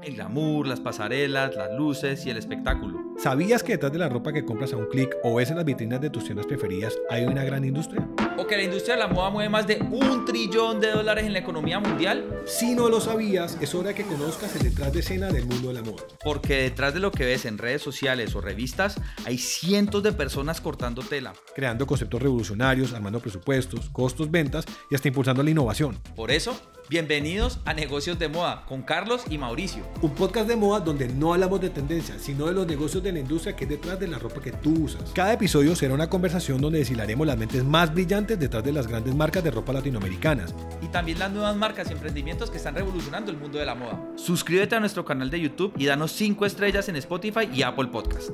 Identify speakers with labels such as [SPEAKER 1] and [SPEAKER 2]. [SPEAKER 1] El glamour, las pasarelas, las luces y el espectáculo.
[SPEAKER 2] ¿Sabías que detrás de la ropa que compras a un clic o ves en las vitrinas de tus tiendas preferidas hay una gran industria?
[SPEAKER 1] ¿O que la industria de la moda mueve más de un trillón de dólares en la economía mundial?
[SPEAKER 2] Si no lo sabías, es hora que conozcas el detrás de escena del mundo de la moda.
[SPEAKER 1] Porque detrás de lo que ves en redes sociales o revistas hay cientos de personas cortando tela.
[SPEAKER 2] Creando conceptos revolucionarios, armando presupuestos, costos, ventas y hasta impulsando la innovación.
[SPEAKER 1] Por eso, bienvenidos a Negocios de Moda con Carlos y Mauricio.
[SPEAKER 2] Un podcast de moda donde no hablamos de tendencias, sino de los negocios de la industria que es detrás de la ropa que tú usas. Cada episodio será una conversación donde deshilaremos las mentes más brillantes detrás de las grandes marcas de ropa latinoamericanas.
[SPEAKER 1] Y también las nuevas marcas y emprendimientos que están revolucionando el mundo de la moda. Suscríbete a nuestro canal de YouTube y danos 5 estrellas en Spotify y Apple Podcast.